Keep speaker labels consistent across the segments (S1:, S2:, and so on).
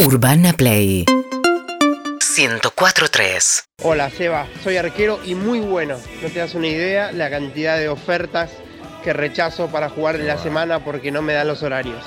S1: Urbana Play 104.3
S2: Hola Seba, soy arquero y muy bueno. No te das una idea la cantidad de ofertas que rechazo para jugar en la semana porque no me dan los horarios.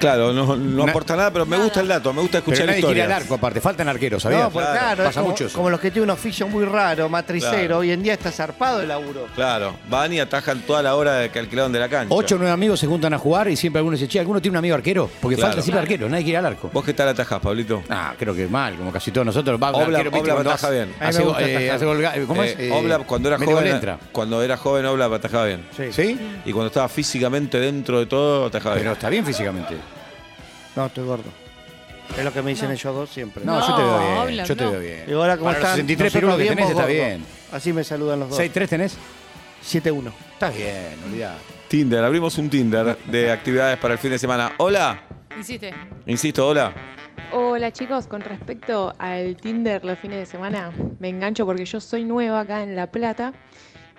S3: Claro, no, no
S4: Na-
S3: aporta nada, pero me gusta el dato, me gusta
S4: Pero
S3: escuchar
S4: nadie quiere al
S3: historias.
S4: arco, aparte. Faltan arqueros, ¿sabías?
S2: no, pues claro, es
S4: Pasa
S2: como,
S4: mucho eso.
S2: como los que tienen un oficio muy raro, matricero.
S3: Claro.
S2: Hoy en día está zarpado el laburo.
S3: Claro, van y atajan toda la hora de que alquilaron de la cancha.
S4: Ocho o nueve amigos se juntan a jugar y siempre alguno dice, che, ¿alguno tiene un amigo arquero? Porque
S3: Claro.
S4: falta siempre arquero, nadie quiere al arco.
S3: ¿Vos qué tal atajás, Pablito?
S4: Ah, creo que mal, como casi todos nosotros. Va, un
S3: Oblap-
S4: arquero, ¿viste?
S3: Oblap
S4: Cuando
S3: ataja
S4: hace-
S3: bien.
S2: A mí me
S4: hace go-
S2: gusta
S4: eh,
S2: atajar.
S4: hace gol- eh, ¿Cómo es?
S3: Eh,
S4: Eh,
S3: Oblap, cuando era
S4: mete gol,
S3: joven,
S4: entra.
S3: cuando era joven Oblap atajaba bien.
S2: Sí.
S4: ¿Sí?
S3: Y cuando estaba físicamente dentro de todo, atajaba
S4: Pero
S3: bien.
S4: está bien físicamente.
S2: No, estoy gordo. Es lo que me dicen ellos dos siempre.
S4: No, yo te veo bien.
S5: No, Oblap,
S4: yo te
S5: no.
S4: veo bien.
S2: Y ahora como
S4: Para los
S2: están
S4: 63
S2: nosotros
S4: pirulos que
S2: bien,
S4: tenés,
S2: vos
S4: está
S2: gordo.
S4: bien.
S2: Así me saludan los dos.
S4: 6-3 tenés.
S2: 7-1.
S4: Estás bien, olvidá.
S3: Tinder, abrimos un Tinder de actividades para el fin de semana. Hola,
S5: Hiciste.
S3: insisto, hola.
S6: Hola chicos, con respecto al Tinder los fines de semana, me engancho porque yo soy nueva acá en La Plata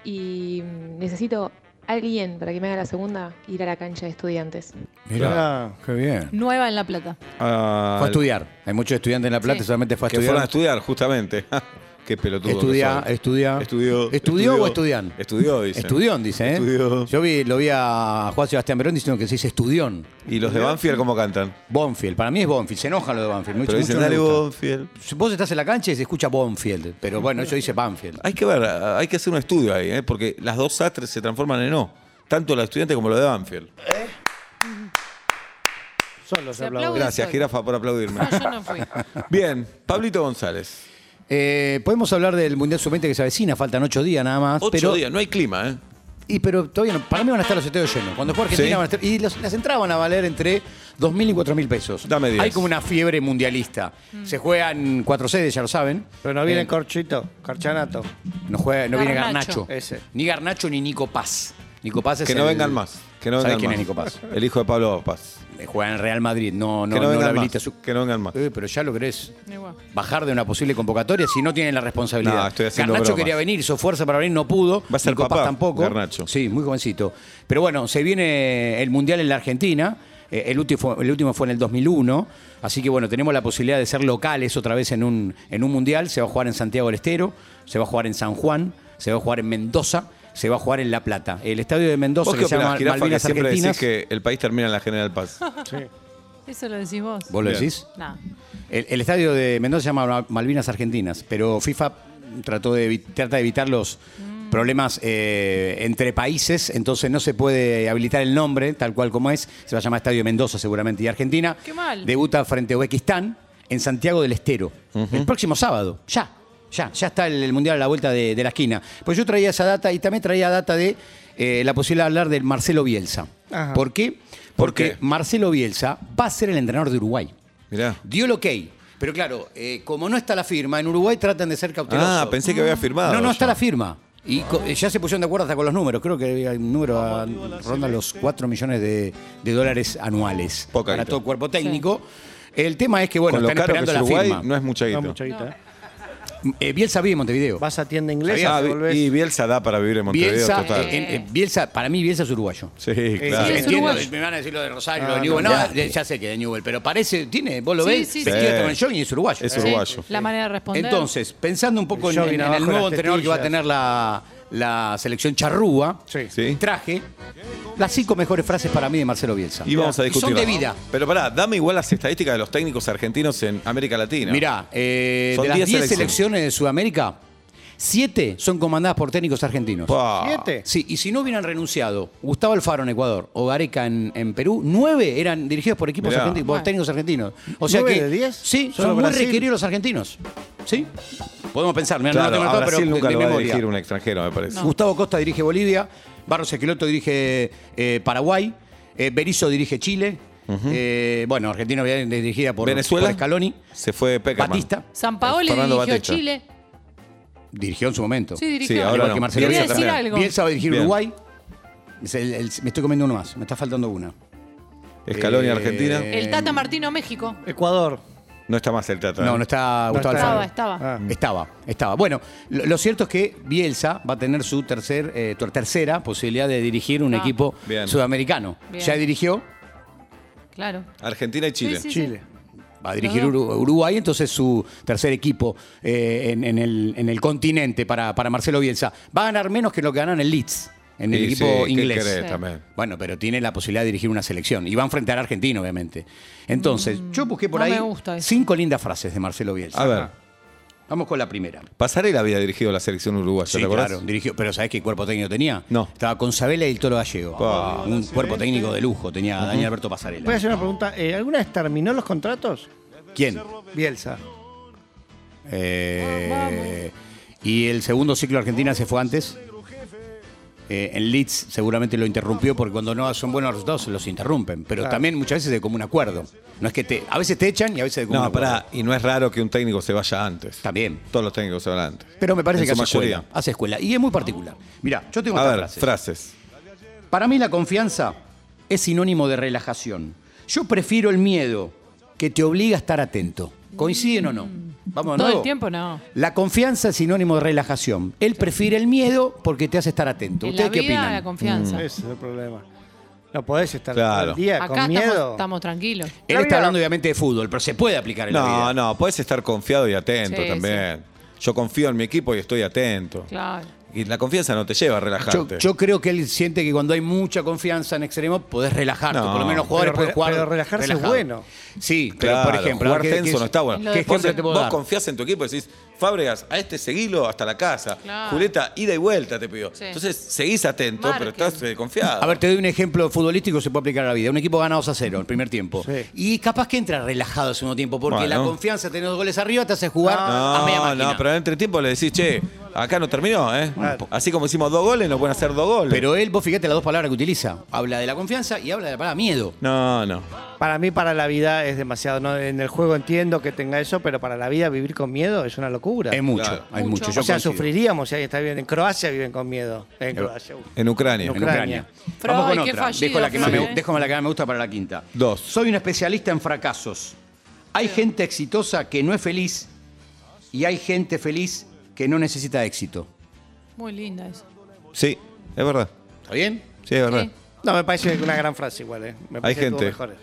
S6: y mm, necesito alguien para que me haga la segunda ir a la cancha de estudiantes.
S4: Mirá, qué bien.
S5: Nueva en La Plata.
S3: Ah,
S4: Fue a estudiar. Hay muchos estudiantes en La Plata,
S5: Sí.
S4: solamente fue a
S3: que fueron a
S4: estudiar.
S3: estudiar, justamente. qué pelotudo. que
S4: Estudia,
S3: soy.
S4: estudia.
S3: Estudió.
S4: ¿Estudió o estudian?
S3: Estudió, dice.
S4: Estudión, dice, ¿eh?
S3: Estudió.
S4: Yo vi, lo vi a Juan Sebastián Verón diciendo que se dice estudión.
S3: ¿Y los de Banfield cómo cantan?
S4: Bonfield. Para mí es Bonfield. Se enoja lo de Bonfield. Mucho-
S3: Pero dicen,
S4: mucho
S3: dale
S4: no le gusta.
S3: Banfield.
S4: Si Vos estás en la cancha y se escucha Bonfield. Pero bueno, yo dice Banfield.
S3: Hay que ver, hay que hacer un estudio ahí, ¿eh? porque las dos satres se transforman en O, tanto la estudiante como lo de Banfield.
S2: Solo se
S5: Se
S2: aplaude.
S5: aplaude.
S3: Gracias,
S5: soy.
S3: Jirafa, por aplaudirme.
S5: No, yo no fui.
S3: Bien, Pablito González.
S4: Eh, Podemos hablar del Mundial Sub-20 que se avecina. Faltan ocho días nada más.
S3: Ocho
S4: pero, este
S3: días, no hay clima, ¿eh?
S4: Y pero todavía no. Para mí van a estar los estadios llenos. Cuando juegue Argentina
S3: Sí.
S4: van a estar. Y los- las entradas van a valer entre 2.000 y 4.000 pesos.
S3: Dame diez.
S4: Hay como una fiebre mundialista. Se juegan cuatro sedes, ya lo saben.
S2: Mm. Pero no viene
S4: Eh,
S2: corchito, carchanato.
S4: No, juega, no viene
S5: Garnacho.
S4: Garnacho.
S2: Ese.
S4: Ni Garnacho ni Nico Paz. Nico Paz es
S3: Que no
S4: el-
S3: vengan más. Que no
S4: ¿Sabés
S3: vengan
S4: quién
S3: más.
S4: es Nico Paz?
S3: El hijo de Pablo Paz.
S4: Eh, Juega en Real Madrid. No, no,
S3: que no,
S4: no, la
S3: vengan
S4: habilita
S3: más.
S4: su...
S3: Que no vengan más.
S4: Eh, pero ya lo querés
S5: Igual.
S4: bajar de una posible convocatoria si no tienen la responsabilidad.
S3: No, estoy haciendo
S4: Garnacho
S3: bromas.
S4: quería venir, hizo fuerza para venir, no pudo.
S3: Va a ser
S4: Nico
S3: papá,
S4: Paz tampoco.
S3: Garnacho.
S4: Sí, muy jovencito. Pero bueno, se viene el Mundial en la Argentina. Eh, El último, el último fue en el 2001, así que bueno, tenemos la posibilidad de ser locales otra vez en un, en un mundial. Se va a jugar en Santiago del Estero, se va a jugar en San Juan, se va a jugar en Mendoza, se va a jugar en La Plata. El estadio de Mendoza
S3: ¿Vos qué
S4: que se
S3: opinás,
S4: llama
S3: Jirafa, que
S4: Malvinas
S3: siempre
S4: Argentinas.
S3: decís que el país termina en la General Paz?
S5: Eso lo decís vos.
S4: ¿Vos lo
S3: Bien.
S4: decís?
S5: Nada.
S4: El, el estadio de Mendoza se llama Ma- Malvinas Argentinas, pero FIFA trató de, evi- trata de evitar los
S5: Mm.
S4: problemas eh, entre países, entonces no se puede habilitar el nombre tal cual como es. Se va a llamar Estadio Mendoza seguramente y Argentina.
S5: Qué mal.
S4: Debuta frente a Uzbekistán en Santiago del Estero. El próximo sábado, ya. Ya, ya está el, el Mundial a la vuelta de, de la esquina. Pues yo traía esa data y también traía data de eh, la posibilidad de hablar del Marcelo Bielsa.
S2: Ajá.
S4: ¿Por qué?
S3: ¿Por
S4: Porque
S3: qué?
S4: Marcelo Bielsa va a ser el entrenador de Uruguay.
S3: Mirá.
S4: Dio el ok. Pero claro, eh, como no está la firma, en Uruguay tratan de ser cautelosos.
S3: Ah, pensé que había firmado.
S4: No, no está
S3: ya.
S4: la firma. Y co- eh, ya se pusieron de acuerdo hasta con los números. Creo que hay un número a, ronda los 4 millones de, de dólares anuales
S3: Poca
S4: para
S3: guita.
S4: todo el cuerpo técnico. El tema es que, bueno,
S3: Con lo
S4: están
S3: caro que
S4: esperando
S3: es
S4: la
S3: Uruguay,
S4: firma.
S3: no es mucha guita.
S2: No, mucho guita, ¿eh?
S4: Eh, Bielsa vive en Montevideo.
S2: Vas a tienda inglesa,
S3: Ah,
S2: te
S3: vi-
S2: volvés.
S3: y Bielsa da para vivir en Montevideo,
S4: Bielsa,
S3: total.
S4: eh, en- en- Bielsa, para mí Bielsa es uruguayo.
S3: sí,
S2: Ah,
S3: claro.
S5: sí, es
S4: Entiendo,
S5: uruguayo.
S4: me van a decir lo de Rosario,
S2: Ah,
S4: lo de Newell.
S2: no,
S4: No,
S2: ya.
S4: eh, ya sé que de Newell, pero parece, tiene, vos lo
S5: Sí,
S4: ves,
S5: sí, sí.
S4: vestido
S3: Sí.
S4: con el jogging y es uruguayo. Eh,
S3: Es
S5: Sí,
S3: uruguayo.
S5: La manera de responder.
S4: Entonces, pensando un poco
S2: El
S4: en,
S2: jogging
S4: en el
S2: abajo,
S4: nuevo
S2: las
S4: entrenador que va a
S2: tetillas.
S4: tener la, la selección charrúa,
S2: Sí.
S3: Sí.
S4: traje las cinco mejores frases para mí de Marcelo Bielsa.
S3: Y vamos a
S4: Y son
S3: discutir.
S4: de vida.
S3: Pero pará, dame igual las estadísticas de los técnicos argentinos en América Latina.
S4: Mirá, eh,
S3: Son
S4: de las 10
S3: diez
S4: selecciones.
S3: selecciones.
S4: de Sudamérica, siete son comandadas por técnicos argentinos.
S3: Pa.
S2: ¿Siete?
S4: Sí, y si no hubieran renunciado Gustavo Alfaro en Ecuador o Gareca en, en Perú, nueve eran dirigidos por equipos
S3: Mirá.
S4: argentinos, por
S5: Bueno.
S4: técnicos argentinos. O sea
S2: ¿Nueve
S4: que
S2: de diez?
S4: sí,
S2: Solo
S4: son muy
S2: Brasil.
S4: requeridos los argentinos. ¿Sí? Podemos pensar, mirá,
S3: Claro,
S4: no lo tengo
S3: a
S4: anotado,
S3: Brasil
S4: pero
S3: nunca
S4: de
S3: lo va a
S4: memoria.
S3: dirigir un extranjero, me parece.
S4: Gustavo Costa dirige Bolivia, Barros Esqueloto dirige eh, Paraguay, eh, Berizzo dirige Chile, eh, bueno, Argentina obviamente dirigida por,
S3: Venezuela.
S4: por Scaloni,
S3: Se fue Peckerman.
S4: Batista
S5: San Paolo
S3: Fernando
S5: dirigió
S3: Batista.
S5: Chile.
S4: dirigió en su momento.
S5: Sí, dirigió.
S3: Sí,
S4: Al
S3: ahora
S4: igual
S3: no.
S4: que Marcelo
S5: Quería
S4: Bielsa
S5: decir
S4: también.
S5: algo.
S4: Bielsa va a dirigir
S3: Bien.
S4: Uruguay. Es el- el- me estoy comiendo uno más, me está faltando una.
S3: Escalón y
S4: Eh,
S3: Argentina.
S5: El Tata Martino, México.
S2: Ecuador.
S3: No está más el Tata. ¿eh?
S4: No, no está Gustavo
S2: está.
S4: Alfaro.
S5: Estaba, estaba.
S2: Ah.
S4: Estaba, estaba. Bueno, lo, lo cierto es que Bielsa va a tener su tercer, eh, tu- tercera posibilidad de dirigir un
S5: Ah.
S4: equipo
S3: Bien.
S4: sudamericano.
S5: Bien.
S4: Ya dirigió
S5: Claro.
S3: Argentina y Chile.
S5: Sí, sí,
S1: Chile.
S4: Va a dirigir
S5: Los
S4: Uru- Uruguay, entonces su tercer equipo eh, en, en el, en el continente para, para Marcelo Bielsa. Va a ganar menos que lo que ganan el Leeds en el
S3: Y sí,
S4: equipo
S3: ¿qué
S4: inglés.
S3: querés
S5: Sí.
S3: también?
S4: Bueno, pero tiene la posibilidad de dirigir una selección y va a enfrentar a Argentina, obviamente. Entonces, yo busqué por
S5: Mm, no
S4: ahí
S5: me gusta eso.
S4: cinco lindas frases de Marcelo Bielsa.
S3: A ver.
S4: Ajá. Vamos con la primera.
S3: Pasarela había dirigido la selección uruguaya,
S4: Sí,
S3: ¿te acordás?
S4: claro, dirigió, pero ¿sabés qué cuerpo técnico tenía?
S3: No.
S4: Estaba con Sabela y el Toro Gallego.
S3: Pa.
S4: Un cuerpo técnico de lujo tenía Daniel Alberto Pasarela.
S1: Voy a hacer una pregunta. eh, ¿Alguna vez terminó los contratos?
S4: ¿Quién?
S1: Bielsa.
S5: Ah,
S4: Eh, y el segundo ciclo de Argentina se fue antes. Eh, en Leeds seguramente lo interrumpió porque cuando no son buenos resultados los interrumpen. Pero
S1: Claro.
S4: también muchas veces de común acuerdo. No es que te, a veces te echan y a veces de común
S3: No,
S4: acuerdo.
S3: pará, y no es raro que un técnico se vaya antes.
S4: También.
S3: Todos los técnicos se van antes.
S4: Pero me parece
S3: En
S4: que hace
S3: su mayoría.
S4: escuela. Hace escuela. Y es muy particular. Mira, yo tengo
S3: A
S4: estas
S3: ver,
S4: frases.
S3: frases.
S4: Para mí la confianza es sinónimo de relajación. Yo prefiero el miedo que te obliga a estar atento. ¿Coinciden o no? Vamos de
S5: Mm. Todo
S4: nuevo?
S5: el tiempo no.
S4: La confianza es sinónimo de relajación. Él prefiere el miedo porque te hace estar atento.
S5: En la
S4: ¿Ustedes qué
S5: vida,
S4: opinan?
S5: la confianza.
S1: Ese es el problema. No podés estar
S3: Claro.
S1: todo el día
S5: Mm. Acá
S1: con
S5: estamos,
S1: miedo.
S5: estamos tranquilos.
S4: Él está hablando obviamente de fútbol, pero se puede aplicar en la
S3: No,
S4: vida.
S3: no, puedes estar confiado y atento
S5: Sí,
S3: también. Yo confío en mi equipo y estoy atento.
S5: Claro.
S3: Y la confianza no te lleva a relajarte.
S4: Yo, yo creo que él siente que cuando hay mucha confianza en extremo podés relajarte.
S3: No,
S4: por lo menos los jugadores
S1: pero
S4: pueden
S1: re-
S4: jugar.
S1: pero relajarse es
S4: relajado.
S1: bueno.
S4: Sí,
S3: Claro,
S4: pero por ejemplo.
S3: jugar
S4: ¿qué- qué
S3: tenso
S4: es-
S3: no está
S5: es
S3: bueno.
S5: lo de
S3: Vos,
S4: siempre te puedo
S3: vos
S4: dar?
S3: confiás en tu equipo y decís, Fábregas, a este seguilo hasta la casa.
S5: Claro.
S3: Juleta, ida y vuelta te pido.
S5: Sí.
S3: Entonces seguís atento, pero
S5: Marquen.
S3: estás eh, confiado.
S4: A ver, te doy un ejemplo futbolístico que se puede aplicar a la vida. Un equipo gana 2 a 0 el primer tiempo.
S1: Sí.
S4: Y capaz que entra relajado el segundo tiempo, porque
S3: Bueno.
S4: la confianza de tener dos goles arriba te hace jugar
S1: Ah,
S4: a media
S3: no,
S4: máquina.
S3: no, pero en el entretiempo le decís, che, acá no terminó, ¿eh?
S1: Claro.
S3: Así como hicimos dos goles, no pueden hacer dos goles.
S4: Pero él, vos fíjate las dos palabras que utiliza. Habla de la confianza y habla de la palabra miedo.
S3: No, no.
S1: Para mí, para la vida es demasiado. ¿no? En el juego entiendo que tenga eso, pero para la vida vivir con miedo es una locura.
S4: Es mucho,
S3: Claro.
S4: hay mucho.
S5: Mucho.
S4: Em, Yo
S1: o sea,
S4: coincido. Eh,
S1: sufriríamos si alguien está bien. En Croacia viven con miedo. En Croacia. uh.
S3: En Ucrania.
S1: En
S4: En Ucrania.
S5: Freud,
S4: Vamos con
S5: qué
S4: otra.
S5: fallido,
S4: Dejo la, que más
S5: Freud,
S4: me,
S5: eh.
S4: dejo la que más me gusta para la quinta.
S3: Dos.
S4: Soy un especialista en fracasos. Hay gente exitosa que no es feliz y hay gente feliz que no necesita éxito.
S5: Muy linda eso.
S3: Sí, es verdad.
S4: ¿Está bien?
S3: Sí, es verdad.
S5: Sí.
S1: No, me parece una gran frase igual. ¿eh? Me parece que tuvo
S3: gente.
S1: mejores.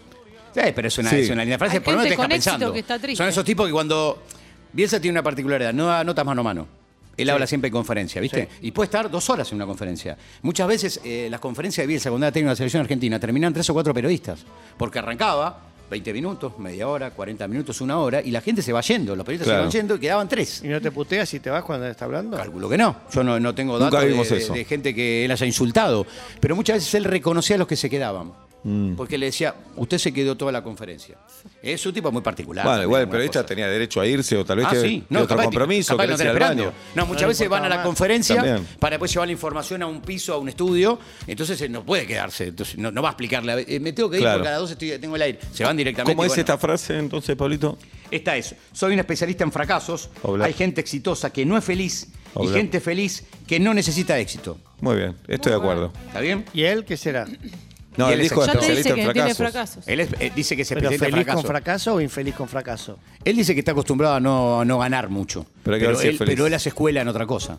S4: Sí, pero es una,
S3: Sí.
S4: es una linda frase.
S5: Hay
S4: Por lo menos te deja
S5: gente con éxito
S4: pensando.
S5: que está triste.
S4: Son esos tipos que cuando. Bielsa tiene una particularidad, no anotas mano a mano. Él habla siempre en conferencia, ¿viste? Y puede estar dos horas en una conferencia. Muchas veces eh, las conferencias de Bielsa, cuando ha tenido la selección argentina, terminan tres o cuatro periodistas. Porque arrancaba 20 minutos, media hora, 40 minutos, una hora, y la gente se va yendo. Los periodistas
S3: Claro.
S4: se van yendo y quedaban tres.
S1: ¿Y no te puteas si te vas cuando está hablando?
S4: Calculo que no. Yo no, no tengo
S3: Nunca
S4: datos de,
S3: vimos
S4: de-
S3: eso.
S4: de gente que él haya insultado. Pero muchas veces él reconocía a los que se quedaban.
S3: Mm.
S4: Porque le decía, usted se quedó toda la conferencia. Es un tipo muy particular.
S3: Bueno,
S4: también,
S3: igual el
S4: algunas
S3: periodista
S4: cosas.
S3: tenía derecho a irse o tal vez
S4: Ah,
S3: tiene-
S4: sí,
S3: tiene otro
S4: capaz-
S3: compromiso,
S4: capaz
S3: querés
S4: no
S3: ir
S4: está
S3: al baño.
S4: esperando. No, muchas
S1: No le
S4: veces van a la
S1: importaba más.
S4: conferencia
S3: También.
S4: para después llevar la información a un piso, a un estudio. Entonces eh, no puede quedarse. Entonces no, no va a explicarle. a ver, eh, me tengo que ir
S3: Claro.
S4: porque a las 12 estoy- tengo el aire. Se van directamente.
S3: ¿Cómo
S4: y
S3: es
S4: bueno.
S3: esta frase entonces, Pablito?
S4: Esta es, soy un especialista en fracasos,
S3: Oblar.
S4: hay gente exitosa que no es feliz
S3: Oblar.
S4: y gente feliz que no necesita éxito.
S3: Muy bien, estoy de acuerdo.
S4: ¿Está bien?
S1: ¿Y él qué será?
S3: No,
S4: Y
S3: él
S4: él es
S3: dijo
S4: el-
S5: Ya te dice
S3: especialista
S5: que
S3: en
S5: tiene
S3: fracasos.
S5: fracasos.
S4: Él es- eh, dice que se
S1: ¿Pero
S4: especialista
S1: feliz
S4: en
S1: con
S4: fracaso.
S1: fracaso o infeliz con fracaso?
S4: él dice que está acostumbrado a no, a no ganar mucho.
S3: Pero hay que ver si es
S4: él,
S3: feliz.
S4: pero él hace escuela en otra cosa.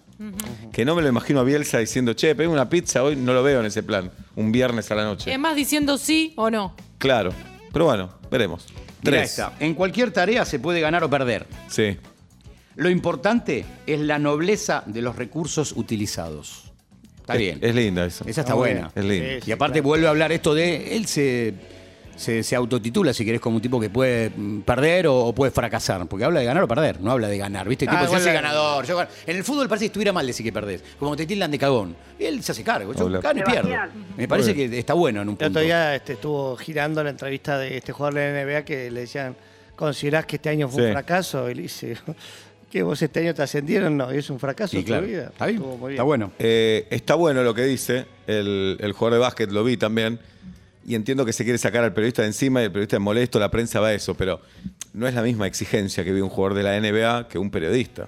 S3: Que no me lo imagino a Bielsa diciendo, che, pegué una pizza hoy, no lo veo en ese plan. Un viernes a la noche.
S5: Es más diciendo sí o no.
S3: Claro. Pero bueno, veremos.
S4: Mira
S3: Tres.
S4: esta. En cualquier tarea se puede ganar o perder.
S3: Sí.
S4: Lo importante es la nobleza de los recursos utilizados. Está
S3: Es-
S4: bien.
S3: Es linda esa.
S4: Esa está
S1: Ah,
S4: buena.
S3: Es lindo.
S1: Sí, sí,
S4: Y aparte
S1: claro.
S4: vuelve a hablar esto de él se, se, se autotitula, si querés, como un tipo que puede mm, perder o, o puede fracasar. Porque habla de ganar o perder, no habla de ganar. ¿Viste? El
S1: Ah,
S4: tipo, yo
S1: igual
S4: soy
S1: la-
S4: ganador. yo gano. En el fútbol parece que estuviera mal decir que perdés. Como te tildan de cagón. Y él se hace cargo. Yo
S3: Hola.
S4: gano y pierdo. Me parece que está bueno en un
S1: El
S4: punto.
S1: otro día este, estuvo girando la entrevista de este jugador de la NBA que le decían, ¿considerás que este año fue
S3: Sí.
S1: un fracaso? Y le dice, ¿que vos este año te ascendieron? No, y es un fracaso
S4: Y
S1: tu
S4: claro,
S1: vida.
S4: está, bien,
S1: Estuvo muy bien.
S4: está bueno.
S3: Eh, está bueno lo que dice. El, el jugador de básquet lo vi también. Y entiendo que se quiere sacar al periodista de encima y el periodista es molesto, la prensa va a eso, pero no es la misma exigencia que vi un jugador de la NBA que un periodista.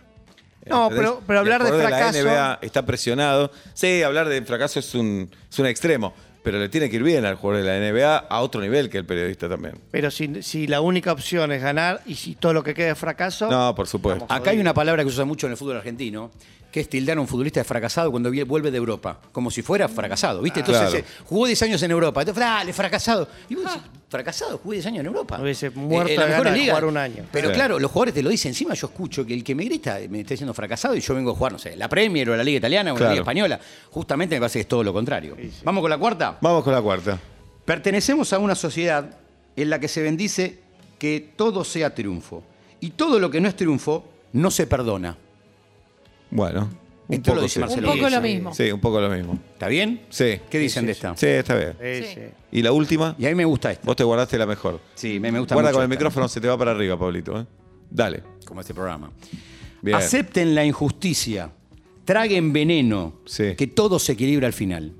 S1: No,
S3: ¿Entendés?
S1: pero- pero
S3: Y el
S1: hablar de
S3: jugador
S1: fracaso-
S3: la NBA está presionado. Sí, hablar de fracaso es un, es un extremo, pero le tiene que ir bien al jugador de la NBA a otro nivel que el periodista también.
S1: Pero si, si la única opción es ganar y si todo lo que queda es fracaso,
S3: No, por supuesto.
S1: Vamos.
S4: Acá hay una palabra que se usa mucho en el fútbol argentino, que es tildar a un futbolista de fracasado cuando vie- vuelve de Europa, como si fuera fracasado,
S1: Ah,
S4: ¿viste? Entonces
S3: claro.
S4: eh, jugó 10 años en Europa, entonces, dale, fracasado. Y vos decís, fracasado, jugué 10 años en Europa.
S1: Ah.
S4: Eh,
S1: Hubiese muerto
S4: en las
S1: de
S4: mejores
S1: ganas de
S4: ligas.
S1: jugar un año.
S4: Pero
S3: Sí.
S4: claro, los jugadores te lo dicen, encima yo escucho que el que me grita me está diciendo fracasado y yo vengo a jugar, no sé, la Premier o la Liga Italiana o la
S3: Claro.
S4: Liga Española. Justamente me parece que es todo lo contrario. Vamos con la cuarta.
S3: Vamos con la cuarta.
S4: Pertenecemos a una sociedad en la que se bendice que todo sea triunfo. Y todo lo que no es triunfo no se perdona.
S3: Bueno. un
S4: Esto lo
S3: poco
S4: dice
S3: sí.
S5: Un
S4: Marcelo
S5: poco
S4: Bielsa.
S5: lo mismo.
S3: Sí, un poco lo mismo.
S4: ¿Está bien?
S3: Sí.
S4: ¿Qué dicen de esta?
S3: Sí, está bien.
S4: Eh.
S1: Sí,
S5: Sí.
S1: eh, sí.
S3: ¿Y la última?
S4: Y a mí me gusta esta.
S3: Vos te guardaste la mejor.
S4: Sí, me, me gusta
S3: Guarda
S4: mucho
S3: con el
S4: esta,
S3: micrófono, se te va para arriba, Pablito. ¿eh? Dale.
S4: Como este programa.
S3: Bien.
S4: Acepten la injusticia. Traguen veneno.
S3: Sí.
S4: Que todo se equilibra al final.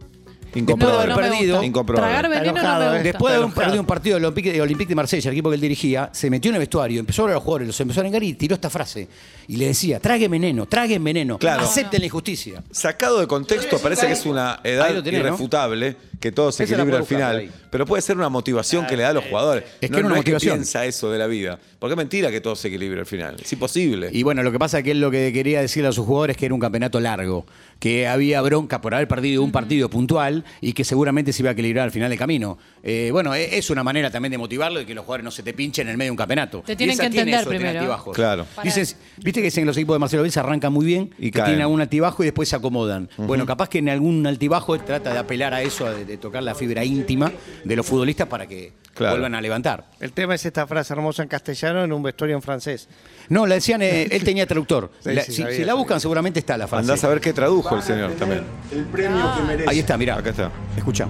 S5: No,
S3: Incomprobable.
S5: no me gusta.
S3: Incomprobable.
S5: Tragar veneno
S1: Está enojado,
S5: no
S1: ¿eh?
S5: me gusta.
S4: Después de haber
S1: enojado.
S4: perdido un partido del Olympique, de Olympique de Marsella, el equipo que él dirigía, se metió en el vestuario, empezó a hablar a los jugadores, los empezó a encarar y tiró esta frase. Y le decía, trague veneno, trague veneno,
S3: Claro.
S4: acepten la injusticia.
S3: Sacado de contexto, parece que es una edad
S4: Ahí lo tenés, ¿no?
S3: irrefutable, que todo se
S4: Esa la
S3: equilibra al
S4: puedo buscar
S3: final.
S4: por ahí.
S3: Pero puede ser una motivación que le da a los jugadores.
S4: que
S3: no,
S4: era una
S3: no
S4: motivación.
S3: piensa eso de la vida. Porque es mentira que todo se equilibra al final. Es imposible.
S4: Y bueno, lo que pasa es que él lo que quería decirle a sus jugadores es que era un campeonato largo, que había bronca por haber perdido un partido puntual y que seguramente se iba a equilibrar al final del camino. Eh, bueno, e- es una manera también de motivarlo y que los jugadores no se te pinchen en el medio de un campeonato.
S5: Te
S4: Y
S5: tienen
S4: esa
S5: que
S4: tiene
S5: entender
S4: esos, tiene
S5: primero.
S4: altibajos.
S3: Claro.
S5: Para-
S4: Dicen, Viste que dicen que los equipos de Marcelo Bielsa arrancan muy bien,
S3: Y
S4: y
S3: caen.
S4: tienen algún altibajo y después se acomodan. Bueno, capaz que en algún altibajo él trata de apelar a eso, de, de tocar la fibra íntima de los futbolistas para que
S3: Claro.
S4: vuelvan a levantar.
S1: El tema es esta frase hermosa en castellano en un vestuario en francés.
S4: No, la decían, eh, él tenía traductor.
S1: Sí,
S4: La-
S1: sí,
S4: si,
S1: sabía,
S4: si la
S1: sabía.
S4: buscan, seguramente está la frase.
S3: Andás a ver qué tradujo el señor también.
S7: El premio que merece.
S4: Ahí está, mirá.
S3: Acá está.
S4: Escucha.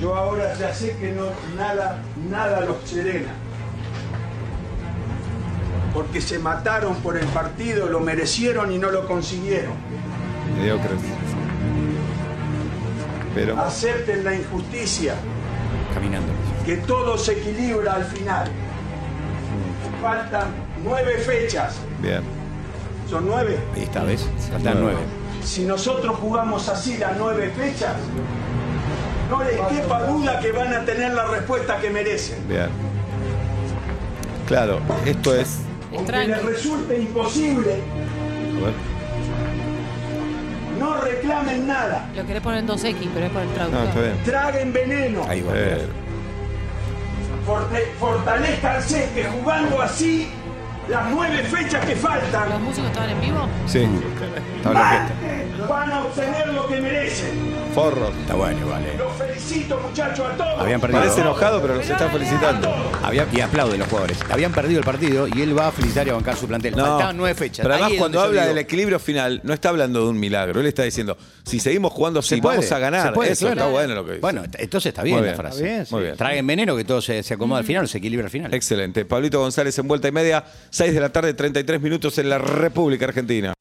S7: Yo ahora ya sé que no nada, nada los serena. Porque se mataron por el partido, lo merecieron y no lo consiguieron.
S3: Mediocres. Pero.
S7: Acepten la injusticia,
S4: Caminando.
S7: que todo se equilibra al final. Faltan nueve fechas.
S3: Bien.
S7: Son nueve.
S4: Ahí está, ¿ves? Faltan
S3: Nueve.
S4: nueve.
S7: Si nosotros jugamos así las nueve fechas, no les quepa duda que van a tener la respuesta que merecen.
S3: Bien. Claro, esto es.
S1: eh.
S5: Es
S7: Aunque les
S5: tranqui.
S7: resulte imposible,
S3: a ver,
S7: no reclamen nada.
S5: Lo querés poner en 2X, pero es por el
S3: No, está
S5: traductor.
S3: bien.
S7: Traguen veneno.
S4: Ahí va.
S3: Eh,
S7: Forte- fortalezcanse que jugando así, las nueve fechas que
S5: ¿Los
S7: faltan,
S5: músicos estaban en vivo?
S3: sí. Está la orquesta.
S7: van a obtener lo que merecen.
S3: Forros.
S4: Está bueno, vale.
S7: Los felicito, muchachos, a todos.
S4: Habían perdido.
S3: Parece enojado, pero nos está felicitando.
S4: Había- y aplaude los jugadores. Habían perdido el partido y él va a felicitar y a bancar su plantel. Faltaban nueve fechas.
S3: Pero
S4: Ahí
S3: además,
S4: es
S3: cuando
S4: donde yo
S3: habla
S4: digo,
S3: del equilibrio final, no está hablando de un milagro. Él está diciendo: si seguimos jugando así,
S4: puede,
S3: vamos a ganar.
S4: se puede,
S3: Eso
S4: claro.
S3: está bueno lo que dice.
S4: Bueno, ent- entonces está bien,
S3: Muy bien,
S4: la frase.
S1: está bien, sí.
S3: Muy bien.
S4: Traguen veneno que todo se, se acomoda al final, se equilibra al final.
S3: Excelente. Pablito González en vuelta y media, 6 de la tarde, 33 minutos en la República Argentina.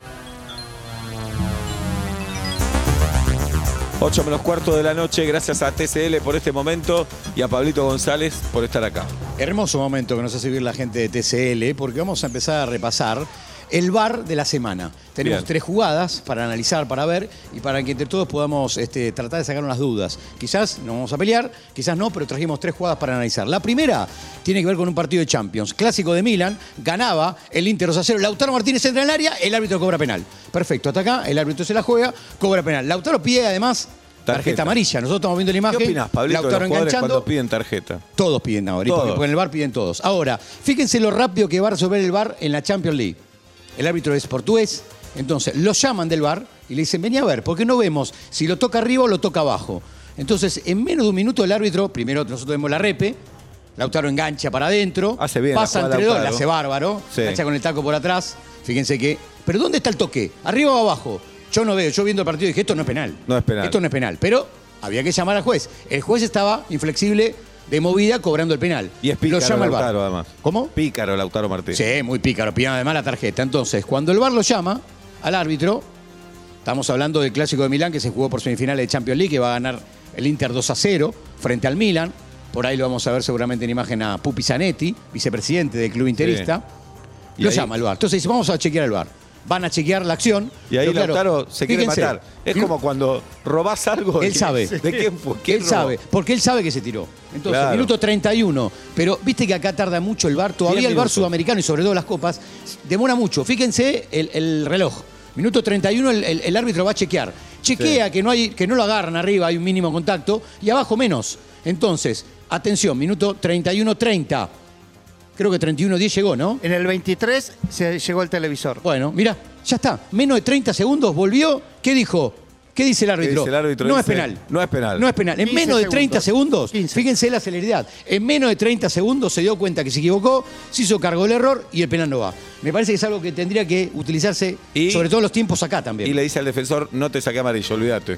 S3: 8 menos cuarto de la noche, gracias a TCL por este momento y a Pablito González por estar acá.
S4: Hermoso momento que nos hace vivir la gente de TCL, porque vamos a empezar a repasar el bar de la semana. Tenemos
S3: Bien.
S4: tres jugadas para analizar, para ver y para que entre todos podamos este, tratar de sacar unas dudas. Quizás nos vamos a pelear, quizás no, pero trajimos tres jugadas para analizar. La primera tiene que ver con un partido de Champions. Clásico de Milan, ganaba el Inter 2 a 0. Lautaro Martínez entra en el área, el árbitro cobra penal. Perfecto, hasta acá, el árbitro se la juega, cobra penal. Lautaro pide además tarjeta,
S3: Tarjeta.
S4: amarilla. Nosotros estamos viendo la imagen.
S3: ¿Qué opinas, Pablito, de los
S4: Lautaro
S3: jugadores
S4: enganchando.
S3: cuando piden tarjeta?
S4: Todos piden ahora, y
S3: Todos.
S4: porque por el bar piden todos. Ahora, fíjense lo rápido que va a resolver el bar en la Champions League. El árbitro es portugués, entonces lo llaman del bar y le dicen, vení a ver, porque no vemos si lo toca arriba o lo toca abajo. Entonces, en menos de un minuto el árbitro, primero nosotros vemos la repe, Lautaro engancha para adentro,
S3: Hace bien la
S4: pasa
S3: jugada
S4: entre dos, la
S3: Lautaro.
S4: hace bárbaro,
S3: Sí.
S4: engancha con el taco por atrás, fíjense que... Pero ¿dónde está el toque? ¿Arriba o abajo? Yo no veo, yo viendo el partido dije, esto no es penal.
S3: No es penal.
S4: Esto no es penal, pero había que llamar al juez. El juez estaba inflexible, de movida, cobrando el penal.
S3: Y es pícaro
S4: Lo llama el VAR.
S3: Lautaro, además.
S4: ¿Cómo?
S3: Pícaro Lautaro Martínez.
S4: Sí, muy pícaro, pidiendo además la tarjeta. Entonces, cuando el VAR lo llama al árbitro, estamos hablando del Clásico de Milán que se jugó por semifinales de Champions League, que va a ganar el Inter 2 a 0 frente al Milan. Por ahí lo vamos a ver seguramente en imagen a Pupi Zanetti, vicepresidente del club interista.
S3: Y
S4: Lo
S3: ahí-
S4: llama al VAR. Entonces dice, vamos a chequear el VAR. Van a chequear la acción.
S3: Y ahí
S4: pero claro,
S3: Lautaro se quiere
S4: fíjense,
S3: matar. Es como cuando robás algo. y-
S4: él sabe.
S3: ¿De quién fue? ¿Quién
S4: Él
S3: robó?
S4: sabe, porque él sabe que se tiró. Entonces,
S3: Claro.
S4: minuto 31. Pero viste que acá tarda mucho el bar,
S3: Diez
S4: todavía el bar
S3: minutos.
S4: sudamericano y sobre todo las copas, demora mucho. Fíjense el, el reloj. Minuto 31 el, el- el árbitro va a chequear. Chequea que, no hay, que no lo agarran arriba, hay un mínimo contacto, y abajo menos. Entonces, atención, minuto 31-30. Creo que 31-10 llegó, ¿no?
S1: En el 23 se llegó el televisor.
S4: Bueno, mira, ya está. Menos de 30 segundos volvió. ¿Qué dijo? ¿Qué dice el árbitro?
S3: dice el árbitro?
S4: No
S3: Dice,
S4: es penal.
S3: "No es penal".
S4: No es penal. En
S1: 15
S4: menos de 30 segundos,
S1: segundos. 15.
S4: fíjense la celeridad. En menos de 30 segundos se dio cuenta que se equivocó, se hizo cargo del error y el penal no va. Me parece que es algo que tendría que utilizarse,
S3: Y-
S4: sobre todo en los tiempos acá también.
S3: Y le dice al defensor, no te saqué amarillo, olvídate.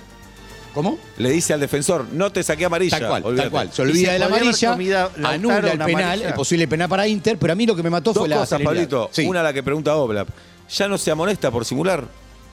S4: ¿Cómo?
S3: Le dice al defensor, no te saqué amarilla.
S4: Tal cual,
S3: olvídate".
S4: tal cual. Se
S1: Y
S4: olvida
S1: se
S4: de la
S1: podía haber
S4: amarilla,
S1: comido Lautaro
S4: anula el
S1: una
S4: penal,
S1: amarilla.
S4: el posible penal para Inter, pero a mí lo que me mató
S3: Dos
S4: fue la
S3: cosas,
S4: celeridad.
S3: Pablito.
S4: Sí.
S3: Una la que pregunta Oblap. Ya no se amonesta por simular.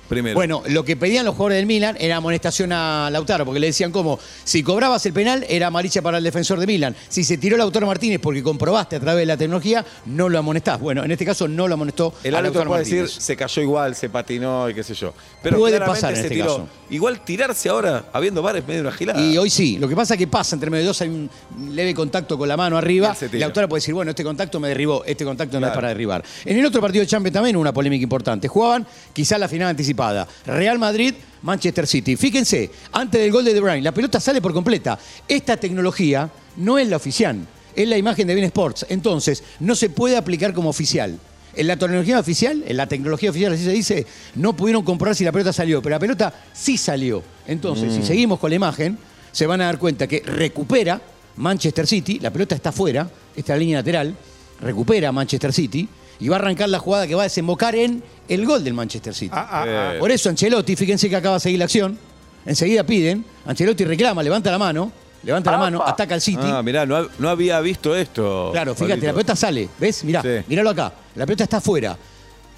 S3: Primero.
S4: Bueno, lo que pedían los jugadores del Milan era amonestación a Lautaro, porque le decían cómo, si cobrabas el penal era amarilla para el defensor de Milan. Si se tiró Lautaro Martínez porque comprobaste a través de la tecnología, no lo amonestás. Bueno, en este caso no lo amonestó
S3: el
S4: a
S3: árbitro
S4: Lautaro
S3: puede
S4: Martínez.
S3: decir, se cayó igual, se patinó y qué sé yo. Pero
S4: Puede
S3: claramente
S4: pasar en
S3: se
S4: este
S3: tiró.
S4: caso.
S3: Igual tirarse ahora, habiendo bares medio una gilada.
S4: Y hoy sí, lo que pasa es que pasa entre medio de dos, hay un leve contacto con la mano
S3: Y
S4: arriba.
S3: él se tira.
S4: Lautaro puede decir, bueno, este contacto me derribó, este contacto no es
S3: Claro.
S4: para derribar. En el otro partido de Champions también hubo una polémica importante. Jugaban quizá la final anticipada. Real Madrid, Manchester City. Fíjense, antes del gol de De Bruyne, la pelota sale por completa. Esta tecnología no es la oficial, es la imagen de Bien Sports. Entonces, no se puede aplicar como oficial. En la tecnología oficial, en la tecnología oficial, así se dice, no pudieron comprobar si la pelota salió, pero la pelota sí salió. Entonces, si seguimos con la imagen, se van a dar cuenta que recupera Manchester City, la pelota está afuera, esta línea lateral, recupera Manchester City y va a arrancar la jugada que va a desembocar en el gol del Manchester City.
S1: Ah, ah, ah.
S3: Eh,
S4: Por eso Ancelotti, fíjense que acaba de seguir la acción, enseguida piden, Ancelotti reclama, levanta la mano, levanta la mano, ataca al City.
S3: Ah, mirá, no, ha- no había visto esto.
S4: Claro, fíjate,
S3: Pablito.
S4: la pelota sale, ¿ves? Mirá,
S3: Sí.
S4: míralo acá. La pelota está afuera.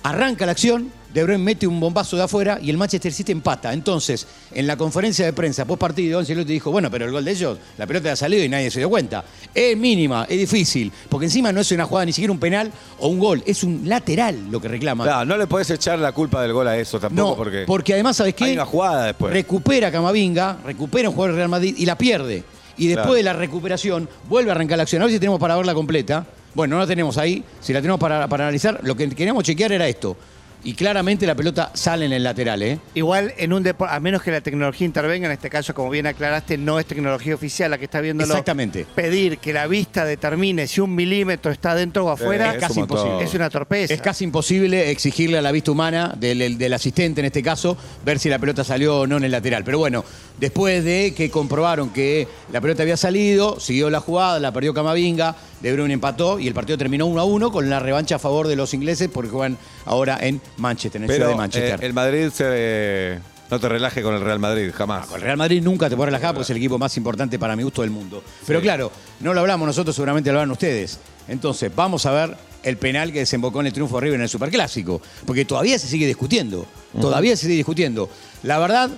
S4: Arranca la acción, De Bruyne mete un bombazo de afuera y el Manchester City empata. Entonces, en la conferencia de prensa post partido, Ancelotti dijo, bueno, pero el gol de ellos, la pelota ya salió y nadie se dio cuenta. Es mínima, es difícil, porque encima no es una jugada ni siquiera un penal o un gol, es un lateral lo que reclama.
S3: Claro, no le podés echar la culpa del gol a eso tampoco,
S4: No,
S3: porque,
S4: porque, además, ¿sabes qué?
S3: hay una jugada después.
S4: Recupera Camavinga, recupera un jugador del Real Madrid y la pierde. Y después
S3: Claro.
S4: de la recuperación, vuelve a arrancar la acción. A ver si tenemos para verla completa. Bueno, no la tenemos ahí. Si la tenemos para, para analizar, lo que queríamos chequear era esto. Y claramente la pelota sale en el lateral, ¿eh?
S1: Igual, en un deporte, a menos que la tecnología intervenga, en este caso, como bien aclaraste, no es tecnología oficial la que está viéndolo.
S4: Exactamente.
S1: Pedir que la vista determine si un milímetro está dentro o afuera
S3: Eh,
S4: es casi
S3: un montón.
S4: imposible.
S1: es una torpeza.
S4: Es casi imposible exigirle a la vista humana del, el- del asistente en este caso ver si la pelota salió o no en el lateral. Pero bueno, después de que comprobaron que la pelota había salido, siguió la jugada, la perdió Camavinga, De Bruyne empató y el partido terminó 1 a 1 con la revancha a favor de los ingleses porque juegan ahora en Manchester, en el ciudad
S3: Pero
S4: de Manchester.
S3: eh, el Madrid se, no te relaje con el Real Madrid, jamás.
S4: Ah, Con el Real Madrid nunca te puedes relajar porque es el equipo más importante para mi gusto del mundo. Pero claro, no lo hablamos nosotros, seguramente lo hablan ustedes. Entonces, vamos a ver el penal que desembocó en el triunfo de River en el Superclásico. Porque todavía se sigue discutiendo. Todavía se sigue discutiendo. La verdad,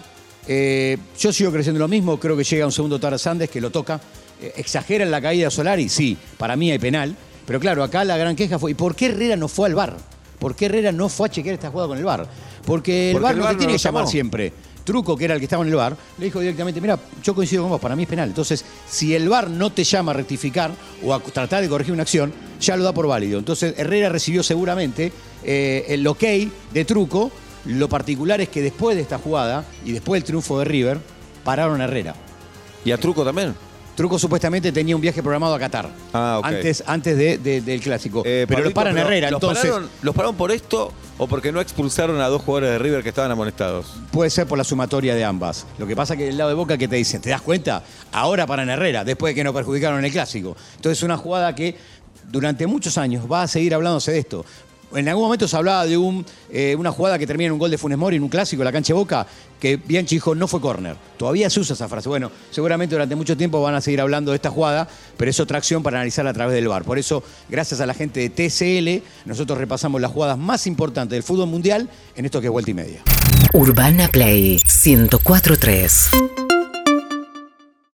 S4: eh, yo sigo creciendo lo mismo. Creo que llega un segundo Tara Sández que lo toca. Eh, ¿Exagera en la caída de Solari? Sí, para mí hay penal. Pero claro, acá la gran queja fue, ¿y por qué Herrera no fue al bar? ¿Por qué Herrera no fue a chequear esta jugada con el bar? Porque el
S3: Porque
S4: bar
S3: el
S4: no
S3: VAR
S4: te
S3: no
S4: tiene
S3: lo
S4: que llamar
S3: llamó.
S4: siempre siempre. Truco, que era el que estaba en el bar, le dijo directamente, mira, yo coincido con vos, para mí es penal. Entonces, si el bar no te llama a rectificar o a tratar de corregir una acción, ya lo da por válido. Entonces, Herrera recibió seguramente eh, el ok de Truco. Lo particular es que después de esta jugada y después del triunfo de River, pararon a Herrera.
S3: ¿Y a Truco también?
S4: Truco supuestamente tenía un viaje programado a Qatar.
S3: Ah, ok.
S4: Antes, antes de- de- del clásico.
S3: Eh,
S4: Oh, pero lo
S3: Pablito,
S4: paran a
S3: pero
S4: Herrera,
S3: ¿los
S4: entonces.
S3: Pararon, ¿Los pararon por esto o porque no expulsaron a dos jugadores de River que estaban amonestados?
S4: Puede ser por la sumatoria de ambas. Lo que pasa que del lado de Boca que te dicen, ¿te das cuenta? Ahora para Herrera, después de que nos perjudicaron en el clásico. Entonces una jugada que durante muchos años va a seguir hablándose de esto. En algún momento se hablaba de un, eh, una jugada que termina en un gol de Funes Mori en un clásico, en la cancha de Boca, que Bianchi dijo no fue córner. Todavía se usa esa frase. Bueno, seguramente durante mucho tiempo van a seguir hablando de esta jugada, pero es otra acción para analizarla a través del VAR. Por eso, gracias a la gente de TCL, nosotros repasamos las jugadas más importantes del fútbol mundial en esto que es vuelta y media.
S8: Urbana Play 1043.